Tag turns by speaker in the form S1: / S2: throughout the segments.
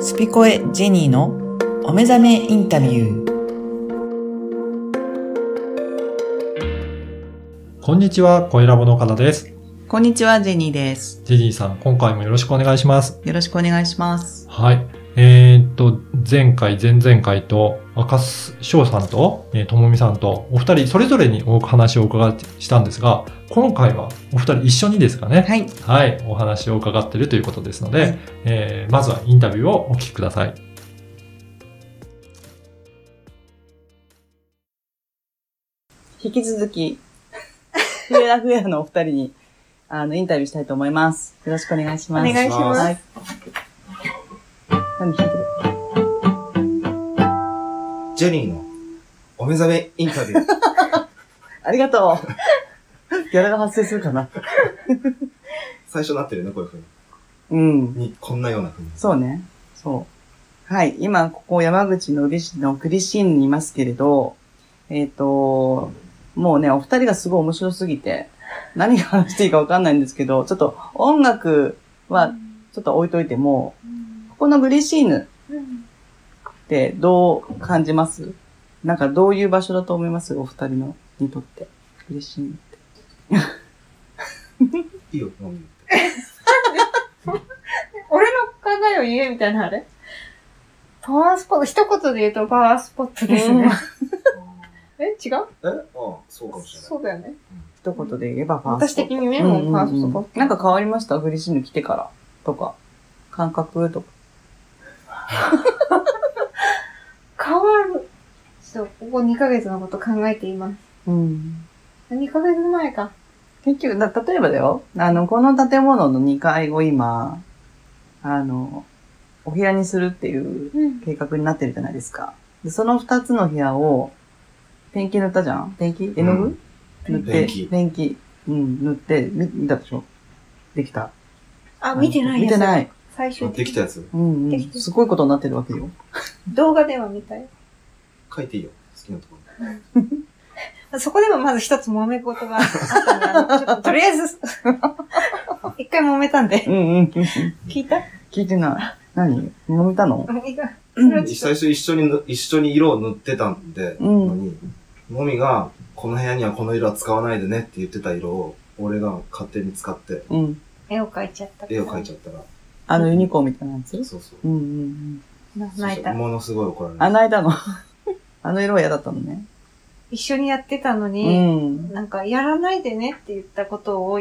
S1: スピコエジェニーのお目覚めインタビュー。
S2: こんにちは、声ラボの岡田です。
S1: こんにちは、ジェニーです。
S2: ジェニーさん、今回もよろしくお願いします。
S1: よろしくお願いします。
S2: はい。えー、っと、前回、前々回と、赤須翔さんと、えーともみさんと、お二人それぞれにお話をお伺いしたんですが、今回はお二人一緒にですかね。
S1: はい。
S2: はい、お話を伺っているということですので、
S1: はい
S2: えーまずはインタビューをお聞きください。
S3: 引き続き、フェラフェアのお二人に、あの、インタビューしたいと思います。よろしくお願いします。
S4: お願いします
S3: はい。何弾いてる
S4: ジェニーのお目覚めインタビュー。
S3: ありがとうギャラが発生するかな
S4: 最初なってるね、こういう風
S3: うん。
S4: に。に、こんなような風に。
S3: そうね。そう。はい。今、ここ山口の宇部市の栗新にいますけれど、えっ、と、もうね、お二人がすごい面白すぎて、何が話していいかわかんないんですけど、ちょっと音楽はちょっと置いといても、ここのグリシーヌってどう感じますなんかどういう場所だと思いますお二人のにとって。嬉しい。
S4: いいよ、飲みに
S5: 俺の考えを言えみたいなあれパワースポット、一言で言うとパワースポットですね。 え違う
S4: 行って。えああ、そうかもしれない。
S5: そうだよね。
S3: 一言で言えばファー
S5: 私
S3: スト。
S5: 的にね、
S3: うん
S5: も
S3: うん
S5: うパワースポ
S3: う
S5: ッ
S3: ん
S5: ト。
S3: なんか変わりましたグリシーヌ来てから。とか。感覚とか。
S5: 変わる。ちょっと、ここ2ヶ月のこと考えています。
S3: うん。
S5: 2ヶ月前か。
S3: 結局、だ例えばだよ。あの、この建物の2階を今、あの、お部屋にするっていう
S5: うん。
S3: 計画になってるじゃないですか。でその2つの部屋を、ペンキ塗ったじゃんペンキ絵の具、
S4: うん
S3: 塗って、
S4: ペンキ
S3: ペンキ、うん、塗って、み見たでしょできた。
S5: あ、見てない。
S3: 見てないい。
S5: 最終
S4: あで
S5: 的
S4: きたやつ
S3: うん、う
S5: で
S3: ん
S5: き。た
S3: すごいことになってるわけよ。
S5: に。動画では見たよ。
S4: 書いていいよ、好きなとこ
S5: そこでもまず一つ揉め事があったん だ。ちょっととりあえず、一回揉めたんで。
S3: うんうん。
S5: 聞いた
S3: 聞いてない。何揉めたの
S5: うんいいか
S4: ろに。最初一緒にぬ、一緒に色を塗ってたんで、
S3: うん
S4: のに、もみが、この部屋にはこの色は使わないでねって言ってた色を、俺が勝手に使って、
S3: うん。
S5: 絵を描いちゃったから。
S4: 絵を描いちゃったら、
S3: あのユニコーンみたいなやつ
S4: そうそ
S3: う
S4: う。
S3: んうんうん。
S5: 泣いた。
S4: ものすごい怒られ
S3: あ
S4: る。
S3: の間の、 あの色は嫌だったのね。
S5: 一緒にやってたの
S3: う
S5: に、
S3: ん。
S5: なんか、やらないでねって言ったことを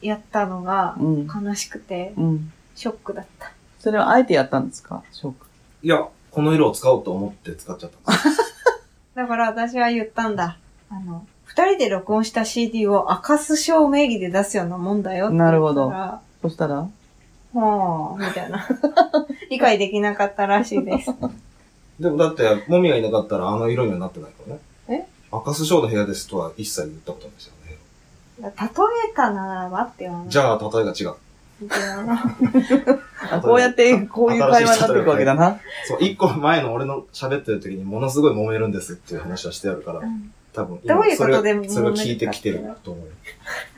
S5: やったのが
S3: う、ん。
S5: 悲しくて、
S3: うん。
S5: ショックだった。
S3: それはあえてやったんですかショック。
S4: いや、この色を使おうと思って使っちゃったんです。
S5: だから私は言ったんだ。あの、二人で録音した CD を赤須証名義で出すようなもんだよって言ったら。
S3: なるほどそしたら
S5: もう、みたいな。 理解できなかったらしいです。
S4: でもだって、もみがいなかったらあの色にはなってないからね。
S5: え
S4: 赤須章の部屋ですとは一切言ったことないですよね。
S5: 例えたならばって言わない。
S4: じゃあ、例えが違う。
S5: みたいな
S3: あ、こうやって、こういう会話になっていくわけだな。
S4: そう、一個前の俺の喋ってる時にものすごい揉めるんですっていう話はしてあるから
S5: う、ん
S4: 多分
S5: どういう
S4: それ
S5: ことで揉める
S4: それを聞いてきてると思うよ。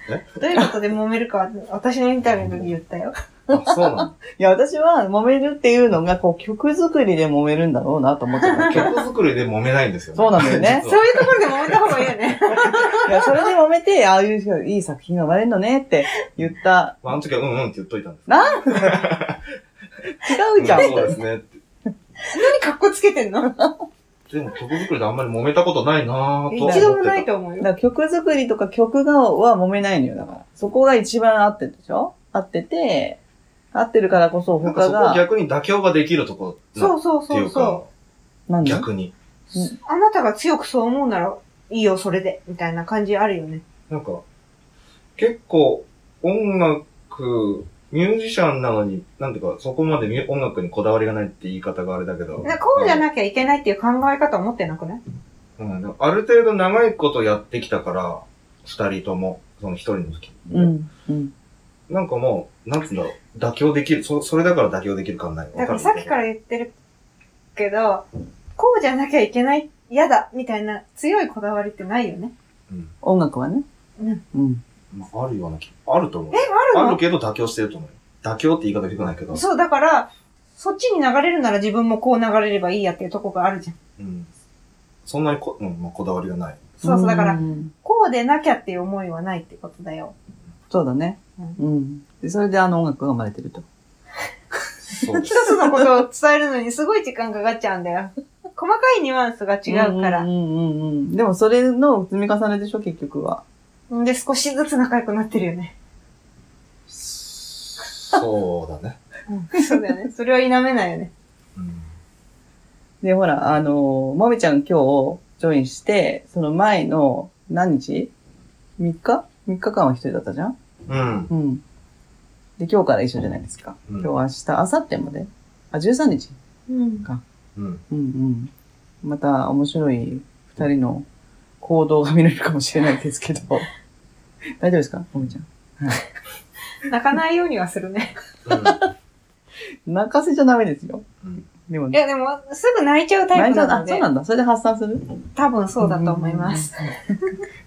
S5: どういうことで揉めるかは、私のインタビューの時言ったよ。
S4: あ、そうなん
S3: いや、私は揉めるっていうのが、こう、曲作りで揉めるんだろうなと思ってた
S4: だ。
S3: わけ。
S4: 曲作りで揉めないんですよね。
S3: そうなんだよね
S5: そういうところで揉めた方がいいよ ね。
S3: いや、それで揉めて、ああいういい作品が生まれるのねって言った。
S4: まああの時はうんうんって言っといたんです
S3: なん違うじゃん。
S4: うんそうですねって。
S5: 何格好つけてんの
S4: でも曲作りであんまり揉めたことないなぁとは思ってた。
S5: 一度もないと思う
S3: だ
S5: よ
S3: か。ら曲作りとか曲がは揉めないのよ、だから。そこが一番合ってるでしょ合ってて、合ってるからこそ
S4: なんか
S3: 他
S4: そこ
S3: が、
S4: 逆に妥協ができるところ
S5: そううそう
S4: ってい
S5: そううそう
S4: か。、
S3: 何
S4: 逆に。
S5: あなたが強くそう思うなら、いいよ、それで。みたいな感じあるよね。
S4: なんか、結構音楽、ミュージシャンなのに、なんていうか、そこまでミュ音楽にこだわりがないって言い方があれだけど。
S5: なこうじゃなきゃいけないっていう考え方を持ってなくない
S4: うん、でもある程度長いことやってきたから、二人とも、その一人の時。
S3: うん。うん。
S4: なんかもう、なんつうんだろう、妥協できる、そそれだから妥協できる感ない。。
S5: だからさっきからら言ってるけど、こうじゃなきゃいけない、嫌だ、みたいな強いこだわりってないよね。
S4: うん。
S3: 音楽はね。
S5: うん。
S3: うん。
S4: まあ、あるような気、あると思う
S5: え、。ある
S4: あ
S5: の
S4: るけど妥協してると思うよ。妥協って言い方良くないけど。
S5: そう、だから、そっちに流れるなら自分もこう流れればいいやっていうとこがあるじゃん。
S4: うん。そんなにこ、うん、まあ、こだわりがない。
S5: そうそう、だから、
S3: ん
S5: こうでなきゃっていう思いはないってことだよ。
S3: そうだね。うん。で、それであの音楽が生まれてると。
S4: そう
S5: 一つのことを伝えるのにすごい時間かかっちゃうんだよ。細かいニュアンスが違うか
S3: う
S5: ら。
S3: んうんうんうん。でもそれの積み重ねでしょ、結局は。
S5: んで、少しずつ仲良くなってるよね。
S4: そうだね。
S5: そうだよね。それは否めないよね。
S4: うん。
S3: で、ほら、あの、もみちゃん今日ジョインして、その前の何日 ?3 日 ?3 日間は一人だったじゃん
S4: うん。
S3: うん。で、今日から一緒じゃないですか。
S4: うん
S3: 今日、明日、明後日まで。あ、13日。
S5: うん。
S4: うん。
S3: うんうん。また面白い二人の行動が見れるかもしれないですけど。 大丈夫ですかもみちゃん。
S5: 泣かないようにはするね。
S4: うん。
S3: 泣かせちゃダメですよ。
S4: うん
S3: でも
S5: い、や、でも、すぐ泣いちゃうタイ
S3: 泣い
S5: プ
S3: ちゃう
S5: なの
S3: あ、そうな、んだ。それ
S5: で
S3: で発散する
S5: 多分そうだと思います。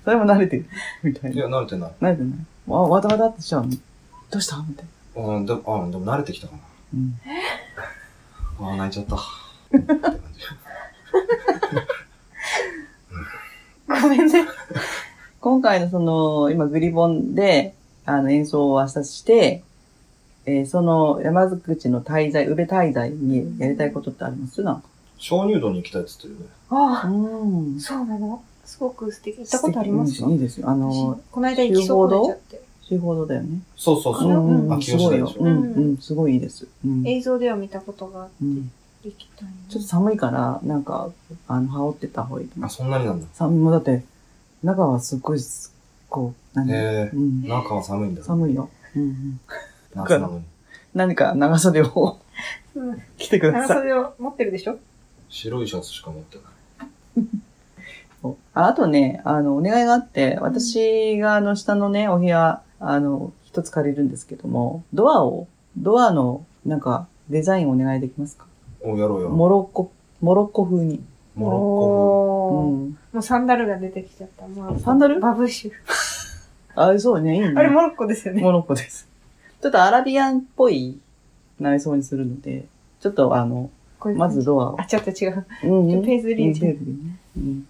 S3: それも慣れてる。みたい
S4: い
S3: な。
S4: や、慣れてない。
S3: 慣れてない。あ、わたわたってしちゃうの。どうしたみたいな。
S4: うん、でも、あでも慣れてきたかな。
S3: うん
S4: ああ、泣いちゃった。って感じ
S5: ごめんね。
S3: 今回のその、今グリボンで、あの、演奏を明日して、えーその山口の滞在、宇部滞在にやりたいことってありますなんか。
S4: 鍾乳洞に行きたいっつってるよね。
S5: あ
S3: うん
S5: あ、。そうなのすごく素敵。行ったことありますか
S3: いいですよ。あの、
S5: 私この間行きそうになっちゃって。
S3: 地方堂だよね。
S4: そうそう
S5: あ
S4: そう。
S5: の
S3: うんうん
S4: あ
S3: すごい
S4: 清
S3: よう
S4: 志。
S5: 郎でしょ
S3: ん、うん、すごいいいです。うん。
S5: 映像では見たことがあって、
S3: うん
S5: 行きたいな。
S3: ちょっと寒いから、なんか、あの、羽織ってた方がいいと思
S4: あ、
S3: う。
S4: そんなになんだ。
S3: 寒い、もうだって、中はすっごい、こう、なんだ
S4: へえ
S3: うん。
S4: 中は寒いんだ。
S3: 寒いよ。うんうん。
S4: 夏なのに。
S3: 何か長袖を
S5: うん
S3: 着てくだ
S5: 長
S3: さい。
S5: 袖を持ってるでしょ
S4: 白いシャツしか持ってない。
S3: ああとね、あの、お願いがあって、私があの、下のね、お部屋、あの、一つ借りるんですけども、ドアを、ドアの、なんか、デザインお願いできますか
S4: お、やろうやろう。
S3: モロッコ、モロッコ風に。
S4: モロッコ
S3: う
S5: おー
S3: ん。
S5: もうサンダルが出てきちゃった。もう
S3: サンダル
S5: バブッシュ。
S3: あ、そうね、いいね。
S5: あれ、モロッコですよね。
S3: モロッコです。ちょっとアラビアンっぽい内装にするので、ちょっとあの、
S5: こういう
S3: まずドアを
S5: あ、、ちょっと違う。
S3: うん
S5: ちょっとペー
S3: ペ
S5: ズリーチ。
S3: ーズリーねうん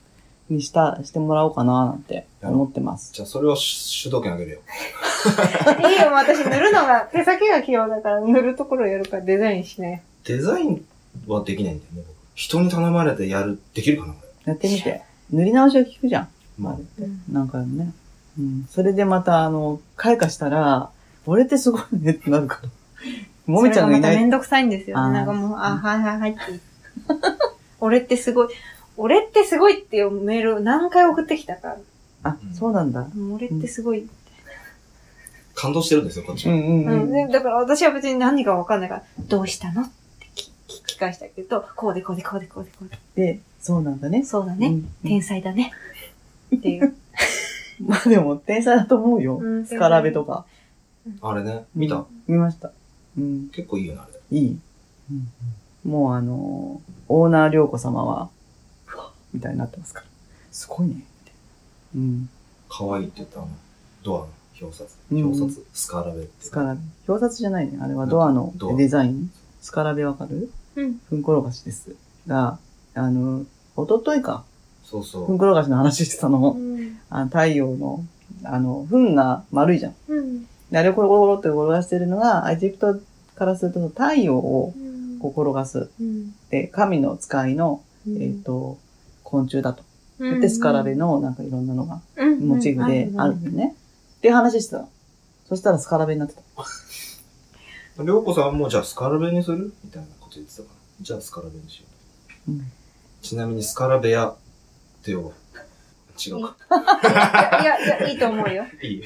S3: にした、してもらおうかななんて思ってます。
S4: じゃあ、それを主導権あげるよ。
S5: いいよ、私塗るのが、手先が器用だから塗るところをやるからデザインしなよ。
S4: デザインはできないんだよね、僕。人に頼まれてやる、できるかな、これ。
S3: やってみて。塗り直しを聞くじゃん。
S4: まあ、
S3: なんかね。うん。それでまた、あの、開花したら、俺ってすごいねってなる から。もみちゃんがいな
S5: それがまため
S3: い。
S5: んどくさいんですよ
S3: あー
S5: ね。なんかもう、あ、はいはいはいって言って。俺ってすごい。俺ってすごいっていうメールを何回送ってきたか。
S3: あ、そうなんだ。
S5: もう俺ってすごい。
S4: 感動してるんですよ、こっち
S3: う
S4: は。
S3: んうん
S5: う
S3: うん
S5: ん。でだから私は別に何がわかんないから、どうしたのって聞聞き返したけど、こうでこうでこうでこうでこうで。
S3: で、そうなんだね。
S5: そうだ
S3: う
S5: ね。
S3: ん
S5: 天才だね。っていう。
S3: まあでも、天才だと思うよ。
S5: うん
S3: スカラベとか。
S4: あれね、見た
S3: 見ました。うん。
S4: 結構いいよね、あれ。
S3: いい。もうあのー、オーナー良子様は、ふわっみたいになってますから。すごいね。みたいなうん。
S4: 可愛いって言ったあの、ドアの表札。
S3: うん
S4: 表札、スカラベって。
S3: スカラベ。表札じゃないね。あれはドアの
S4: ドア
S3: デザイン。スカラベわかる
S5: うん。
S3: ふんころがしです。が、あの、おとといか。
S4: そうそ
S3: ふん
S4: う。
S3: ころがしの話してた
S5: う
S3: の。
S5: ん。
S3: あの太陽の、あの、ふんが丸いじゃん。
S5: うん。
S3: であれをコロコロコロって転がしてるのが、エジプトからすると太陽を
S5: うん
S3: こう転がす。
S5: うん。
S3: で、神の使いの、
S5: う
S3: えっ、
S5: ん
S3: と、昆虫だと。
S5: うん
S3: で、スカラベのなんかいろんなのが
S5: うん
S3: モチーフであるんだよね。っていう話してたの。そしたらスカラベになってた。
S4: りょうこさんも、じゃあスカラベにするみたいなこと言ってたから。じゃあスカラベにしよう。
S3: うん
S4: ちなみに、スカラベ屋ってよ。違うか。
S5: いや、いや、いいと思うよ。
S4: いい。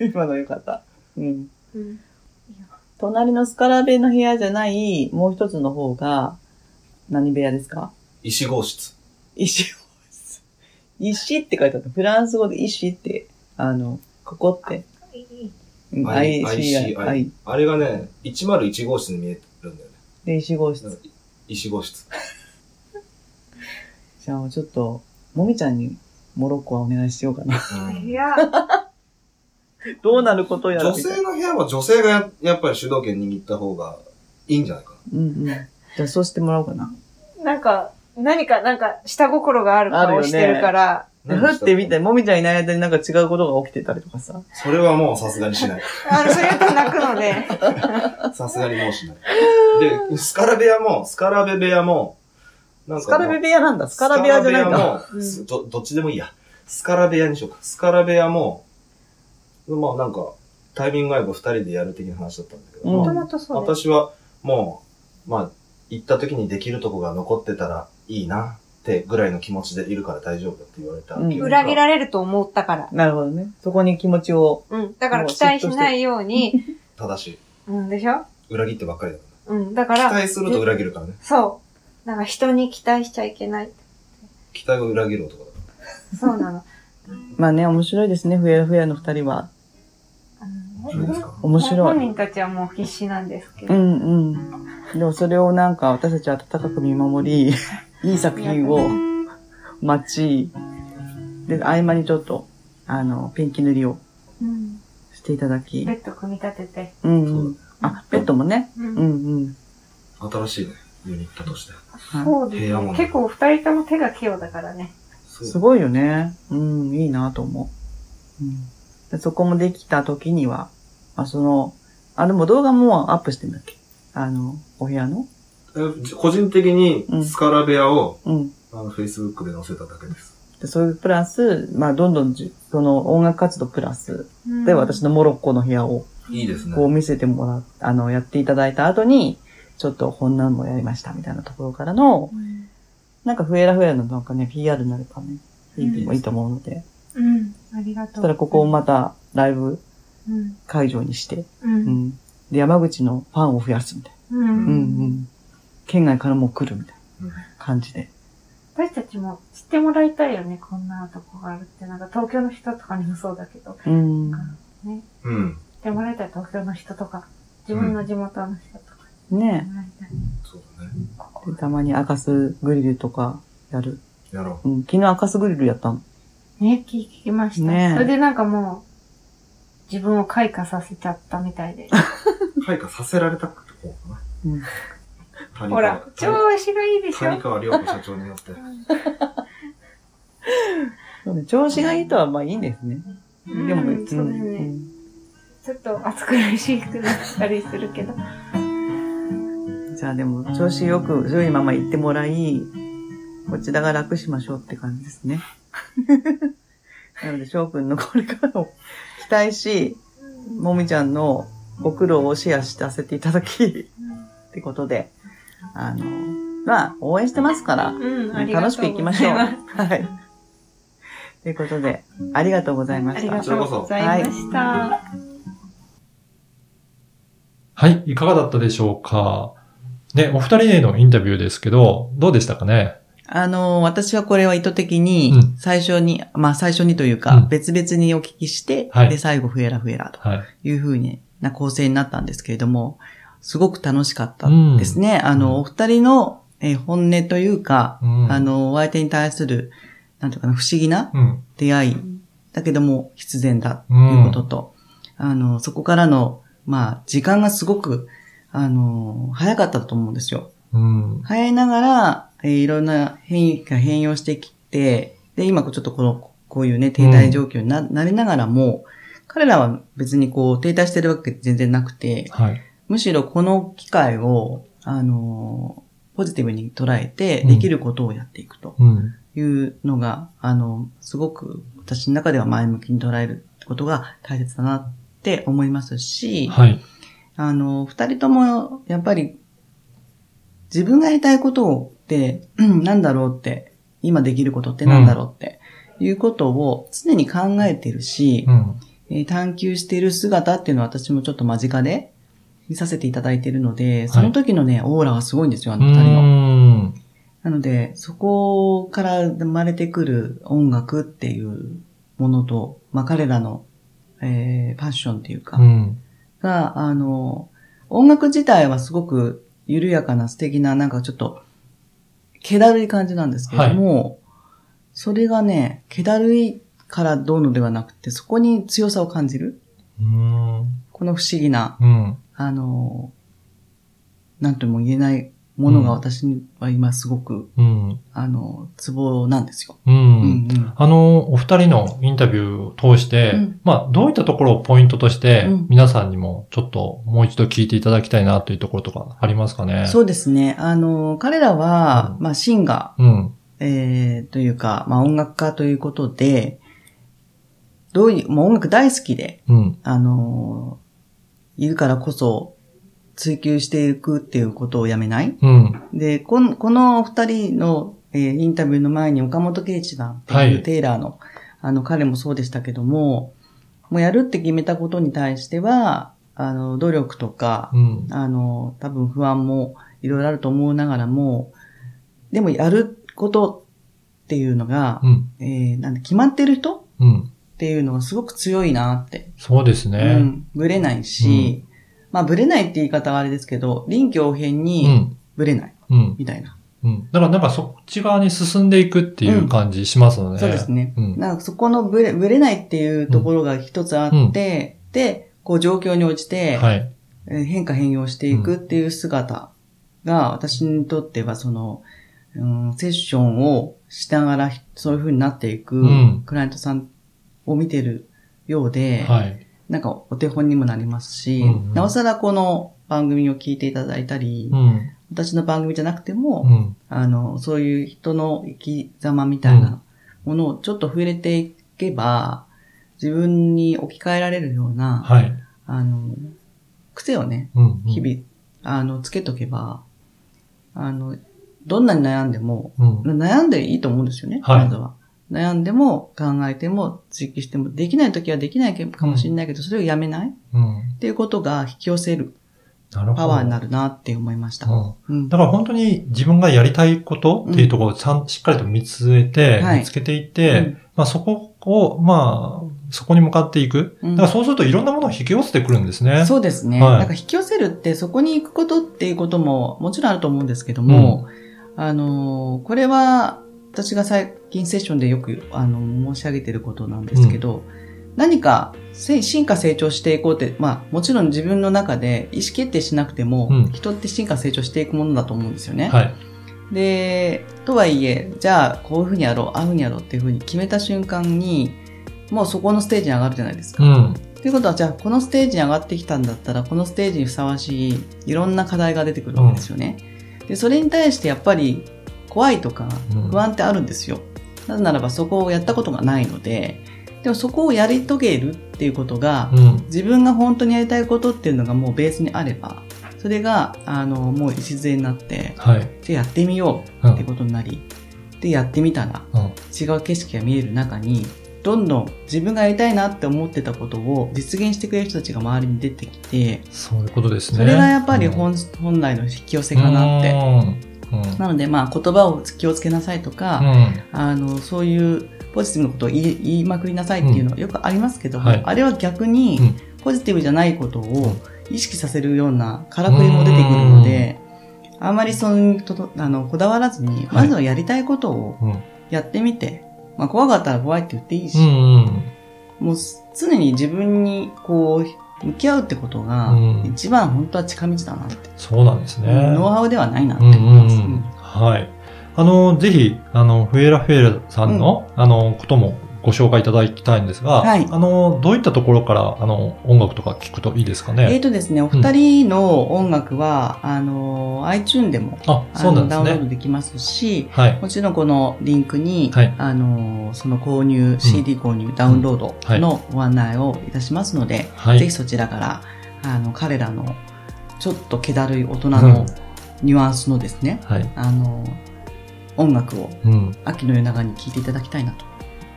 S3: 今のよかった。うん。
S5: うん。
S3: 隣のスカラベの部屋じゃない、もう一つの方が、何部屋ですか
S4: 石号室。
S3: 石を。石って書いてあった。フランス語で石って、あの、ここって、
S5: いい
S3: うん
S4: I-
S3: ICI。
S4: ICI あれがね、101号室に見えるんだよね。
S3: で、石号
S4: なん
S3: 室
S4: か。石号 室。
S3: じゃあ、ちょっと、もみちゃんに、モロッコはお願いしようかな。
S5: い
S4: 女
S5: や、
S3: どうなることやらみたいな。
S4: 性の部屋は女性がややっぱり主導権握った方がいいんじゃないかな。
S3: うんうん。じゃあそうしてもらおうかな。
S5: なんか、何か、なんか、下心がある
S3: あるよ
S5: 顔
S3: ね
S5: してるから、
S3: ふってみて、もみちゃんいない間になんか違うことが起きてたりとかさ。
S4: それはもうさすがに しない。
S5: あの、それやったら泣くので、
S4: さすがにもうしない。で、スカラ部屋も、スカラベ部屋も、なん
S3: スカラベ
S4: 屋
S3: 部屋なんだ。スカラ部屋じゃないんだ。
S4: も、すど、どっちでもいいや。スカラ部屋にしようか。スカラ部屋も、まあなんか、タイミングが合えば二人でやる的な話だったんだけど、
S3: うん
S4: ま
S5: もと
S4: あ
S5: もとそうです。
S4: 私はもう、まあ、行った時にできるとこが残ってたらいいなってぐらいの気持ちでいるから大丈夫だって言われた。
S3: うん
S5: 裏切
S4: れ
S5: られると思ったから。
S3: なるほどね。そこに気持ちを。
S5: うん。だから期待しないように、
S4: ただし、
S5: うんでしょ
S4: 裏切ってばっかりだか。
S5: うん。だから
S4: 期
S5: ら、
S4: 待すると裏切るからね。
S5: そう。なんか人に期待しちゃいけない。
S4: 期待を裏切る男だか
S5: そうなの。
S3: まあね、面白いですね。ふやふやの二人は。
S4: ら。そうですか
S3: 面白
S5: 本
S3: い。
S5: 人たちはもう必死なんですけ
S3: う
S5: ど。
S3: んうん。でもそれをなんか私たちは温かく見 守り、いい作品を待ち、で、合間にちょっと、あの、ペンキ塗りを
S5: うん。
S3: していただき
S5: ベ、ッド組み立てて。
S3: うん
S4: そう
S3: うん。あ、ベッドもね。
S5: う。
S3: うんんうん。
S4: 新しいね、ユニットとして。
S5: そうです
S4: 部屋も
S5: ね。
S4: ね
S5: 結構二人とも手が器用だからね。
S3: す
S4: そう。
S3: ごいよね。うん、いいなと思う。うん、でそこもできた時には、まあ、その、あ、でも動画もアップしてんだっけあの、お部屋の
S4: え個人的に
S3: うん
S4: スカラ部屋を、
S3: うん。
S4: あの、Facebook で載せただけです。
S3: でそういうプラス、まあ、どんどんじ、その音楽活動プラス、
S5: うん
S3: で、私のモロッコの部屋を、
S4: いいですね。
S3: こう見せてもらっ、あの、やっていただいた後に、ちょっとこんなんもやりましたみたいなところからの、
S5: うん
S3: なんかフエラフエラのなんかね、PR になればね、いい,、
S4: うん
S3: いいと思うので、
S5: うん。ありがとう。
S3: そしたらここをまたライブ
S5: うん。
S3: 会場にして、う
S5: う。
S3: んん。で、山口のファンを増やすみたいな。
S5: う。
S3: うんうんん。県外からも来るみたいな感じで。
S5: 私たちも知ってもらいたいよね、こんなとこがあるって。なんか東京の人とかにもそうだけど。知
S3: うん。
S4: うん。
S5: ってもらいたい東京の人とか、自分の地元の人とか知って
S3: ね
S5: もらいたい。
S4: そうだね。
S5: ここ
S3: でたまに赤須グリルとかやる。
S4: やろ
S3: うん。昨日赤須グリルやったの。
S5: ね、聞きました。
S3: ね
S5: それでなんかもう、自分を開花させちゃったみたいで。
S4: う。開花させられたって方かな。
S3: うん。
S4: 谷川
S5: ほら、調
S4: 谷
S5: 子がいいでし
S4: 谷
S5: ょ
S4: 川良子社長によって。
S3: そうね。調子がいいとはまあいいんですね。
S5: うん
S3: でも、
S5: うんそうだよね
S3: ん
S5: ちょっと暑苦しくなったりするけど。
S3: じゃあでも、調子よく、強いまま行ってもらい、こちらが楽しましょうって感じです ね。なので、翔くんのこれからを期待し、もみちゃんのご苦労をシェアさせていただき、ってことで、あの、まあ、応援してますから、
S5: うん、ありがとうございま
S3: 楽
S5: す。
S3: しくいきましょう。はい。ということで、ありがとうございま
S5: あ
S3: し
S5: り
S3: た
S5: が。とうございました。
S2: はい、いかがだったでしょうかね、お二人へのインタビューですけど、どうでしたかね
S3: あの、私はこれは意図的に
S2: う、
S3: 最初に、まあ最初にというか、
S2: うん
S3: 別々にお聞きして、
S2: はい
S3: で、最後、フエラフエラと
S2: はい。
S3: いうふうにな構成になったんですけれども、すごく楽しかったですね。あの、お二人の、えー本音というか、
S2: うん
S3: あ、の、お相手に対する、なんていうかな、不思議な
S2: うん。
S3: 出会い、だけども必然だと
S2: う
S3: いうんことと、あの、そこからの、まあ、時間がすごく、あの、早かったと思うんですよ。
S2: うん。
S3: 早いながら、えーいろんな変異が変容してきて、で、今ちょっとこの、こういうね、停滞状況にな,、なりながらも、彼らは別にこう、停滞してるわけ全然なくて、
S2: はい。
S3: むしろこの機会を、あの、ポジティブに捉えて、
S2: うん
S3: できることをやっていくと。
S2: うん。
S3: いうのが、あの、すごく私の中では前向きに捉えることが大切だなって思いますし、
S2: はい。
S3: あの、二人ともやっぱり自分がやりたいことってうんなんだろうって、今できることってなんだろうって、いうことを常に考えてるし
S2: う、ん。
S3: えー探求している姿っていうのは私もちょっと間近で見させていただいているので、その時のね、オーラがすごいんですよ、あ
S2: う
S3: の二人の。
S2: ん。
S3: なので、そこから生まれてくる音楽っていうものと、まあ彼らの、えー、パッションっていうか、
S2: うん。
S3: が、あの、音楽自体はすごく緩やかな素敵な、なんかちょっと、気だるい感じなんですけれども、それがね、気だるいからどうのではなくて、そこに強さを感じる。
S2: うん。
S3: この不思議な、
S2: うん。
S3: あの、なんとも言えないものが私には今すごく、
S2: うん。
S3: あの、ツボなんですよ。
S2: う。
S3: うんん
S2: あの、お二人のインタビューを通して、
S3: うん
S2: まあ、どういったところをポイントとして、
S3: うん
S2: 皆さんにもちょっともう一度聞いていただきたいなというところとかありますか
S3: う
S2: ね
S3: ん。そうですね。あの、彼らは、
S2: う
S3: まあ、シンガ
S2: うん。
S3: ー、えーというか、まあ、音楽家ということで、どういう、もう音楽大好きで、
S2: うん。
S3: あの、いるからこそ、追求していくっていうことをやめない。
S2: うん。
S3: で、この、このお二人の、えーインタビューの前に岡本圭一さんって
S2: はいいう
S3: テイラーの、あの、彼もそうでしたけども、もうやるって決めたことに対しては、あの、努力とか、
S2: うん。
S3: あの、多分不安もいろいろあると思いながらも、でもやることっていうのが、
S2: うん。
S3: えーなんで決まってる人っ
S2: うん。
S3: ていうのがすごく強いなって。
S2: そうです
S3: う
S2: ね。
S3: ん。ぶれないし、まあ、ぶれないって言い方はあれですけど、臨機応変
S2: う
S3: に
S2: ん。
S3: ぶれない、
S2: うん。
S3: みたいな。
S2: うん。だからなんかそっち側に進んでいくっていう感じしますので。
S3: そうですね。
S2: うん。
S3: なんかそこのぶれ、ぶれないっていうところが一つあって、
S2: うんうん
S3: で、こう状況に応じて、
S2: はい。
S3: えー変化変容していくっていう姿が、私にとってはその、うん、セッションをしながらひそういう風になっていく
S2: うん
S3: クライアントさんを見てるようで、
S2: はい。
S3: なんかお手本にもなりますし、
S2: うんうん
S3: なおさらこの番組を聞いていただいたり、
S2: うん。
S3: 私の番組じゃなくても、
S2: うん。
S3: あの、そういう人の生き様みたいなものをちょっと触れていけば、自分に置き換えられるような、
S2: はい。
S3: あの、癖をね、
S2: うん。
S3: 日々、あの、つけとけば、あの、どんなに悩んでも、
S2: 々。うん。
S3: 悩んでいいと思うんですよね、
S2: はい
S3: まずは。悩んでも、考えても、追求しても、できない時はできないけかもしれないけど、それをやめないっ
S2: うん。
S3: ていうことが引き寄せる
S2: なるほど。
S3: パワーになるなって思いました。
S2: うん。
S3: うん
S2: だから本当に自分がやりたいことっていうところをちゃん、しっかりと見つめて、
S3: はい
S2: 見つけていっ
S3: う
S2: て、
S3: ん
S2: まあそこを、まあ、そこに向かっていく。
S3: う
S2: だ
S3: ん
S2: からそうするといろんなものを引き寄せてくるんですね。
S3: そうですね。
S2: はい
S3: なんか引き寄せるってそこに行くことっていうことももちろんあると思うんですけども、あのー、これは私が最近セッションでよくあの申し上げてることなんですけど、何かせ進化成長していこうって、まあもちろん自分の中で意思決定しなくても、
S2: うん
S3: 人って進化成長していくものだと思うんですよね。
S2: はい。
S3: で、とはいえ、じゃあこういうふうにやろう、ああいうふうにやろうっていうふうに決めた瞬間に、もうそこのステージに上がるじゃないですか
S2: う。ん。
S3: ということは、じゃあ、このステージに上がってきたんだったら、このステージにふさわしい、いろんな課題が出てくるわけですよね。で、それに対して、やっぱり、怖いとか
S2: うん、
S3: 不安ってあるんですよ。なぜならば、そこをやったことがないので、でもそこをやり遂げるっていうことが、
S2: うん。
S3: 自分が本当にやりたいことっていうのがもうベースにあれば、それが、あの、もう礎になって、
S2: はい。
S3: で、やってみよ
S2: う
S3: うって
S2: ん。
S3: ことになり、で、やってみたら、
S2: うん。
S3: 違う景色が見える中にどんどん自分がやりたいなって思ってたことを実現してくれる人たちが周りに出てきて
S2: そういうことですね。
S3: それがやっぱり本,、本来の引き寄せかなって。
S2: うん。うん。
S3: なのでまあ言葉を気をつけなさいとか、
S2: うん
S3: あのそういうポジティブなことを言い言いまくりなさいっていうのはよくありますけども、
S2: はい
S3: あれは逆に
S2: うん
S3: ポジティブじゃないことを意識させるようなからくりも出てくるので、あまりそのととあのこだわらずに、まずはやりたいことを
S2: うん。
S3: やってみて、まあ、怖かったら怖いって言っていいし、
S2: うん。うん。
S3: もうす常に自分にこう向き合うってことが
S2: うん
S3: 一番本当は近道だなって、
S2: そうなんですね。
S3: ノウハウではないなって
S2: うん
S3: 思います。
S2: うんうん、はい。あの、ぜひ、あの、フエラフエラさんの、あの、こともご紹介いただきたいんですが、
S3: はい
S2: あの、どういったところから、あの、音楽とか聞くといいですか
S3: えっ、
S2: ね。
S3: とですね、お二人の音楽は、あの、iTune でも、
S2: あ、
S3: あ
S2: そう
S3: の
S2: なんです
S3: ダウンロー
S2: ね
S3: ド。できますし、
S2: はい。
S3: もちろんこのリンクに、
S2: はい
S3: あの、その購入、CD 購入、ダウンロードのご案内をいたしますので、
S2: は
S3: ぜ
S2: い
S3: ひ。そちらから、あの、彼らの、ちょっと気だるい大人
S2: うん
S3: のニュアンスのですね、
S2: はい。
S3: あの、音楽を
S2: うん。
S3: 秋の夜長に聴いていただきたいなと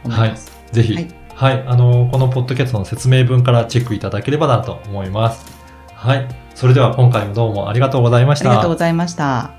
S3: 思います。
S2: ぜひ、は
S3: はいい。
S2: あの、このポッドキャストの説明文からチェックいただければなと思います。はい。それでは今回もどうもありがとうございまし
S3: あ
S2: た。
S3: りがとうございました。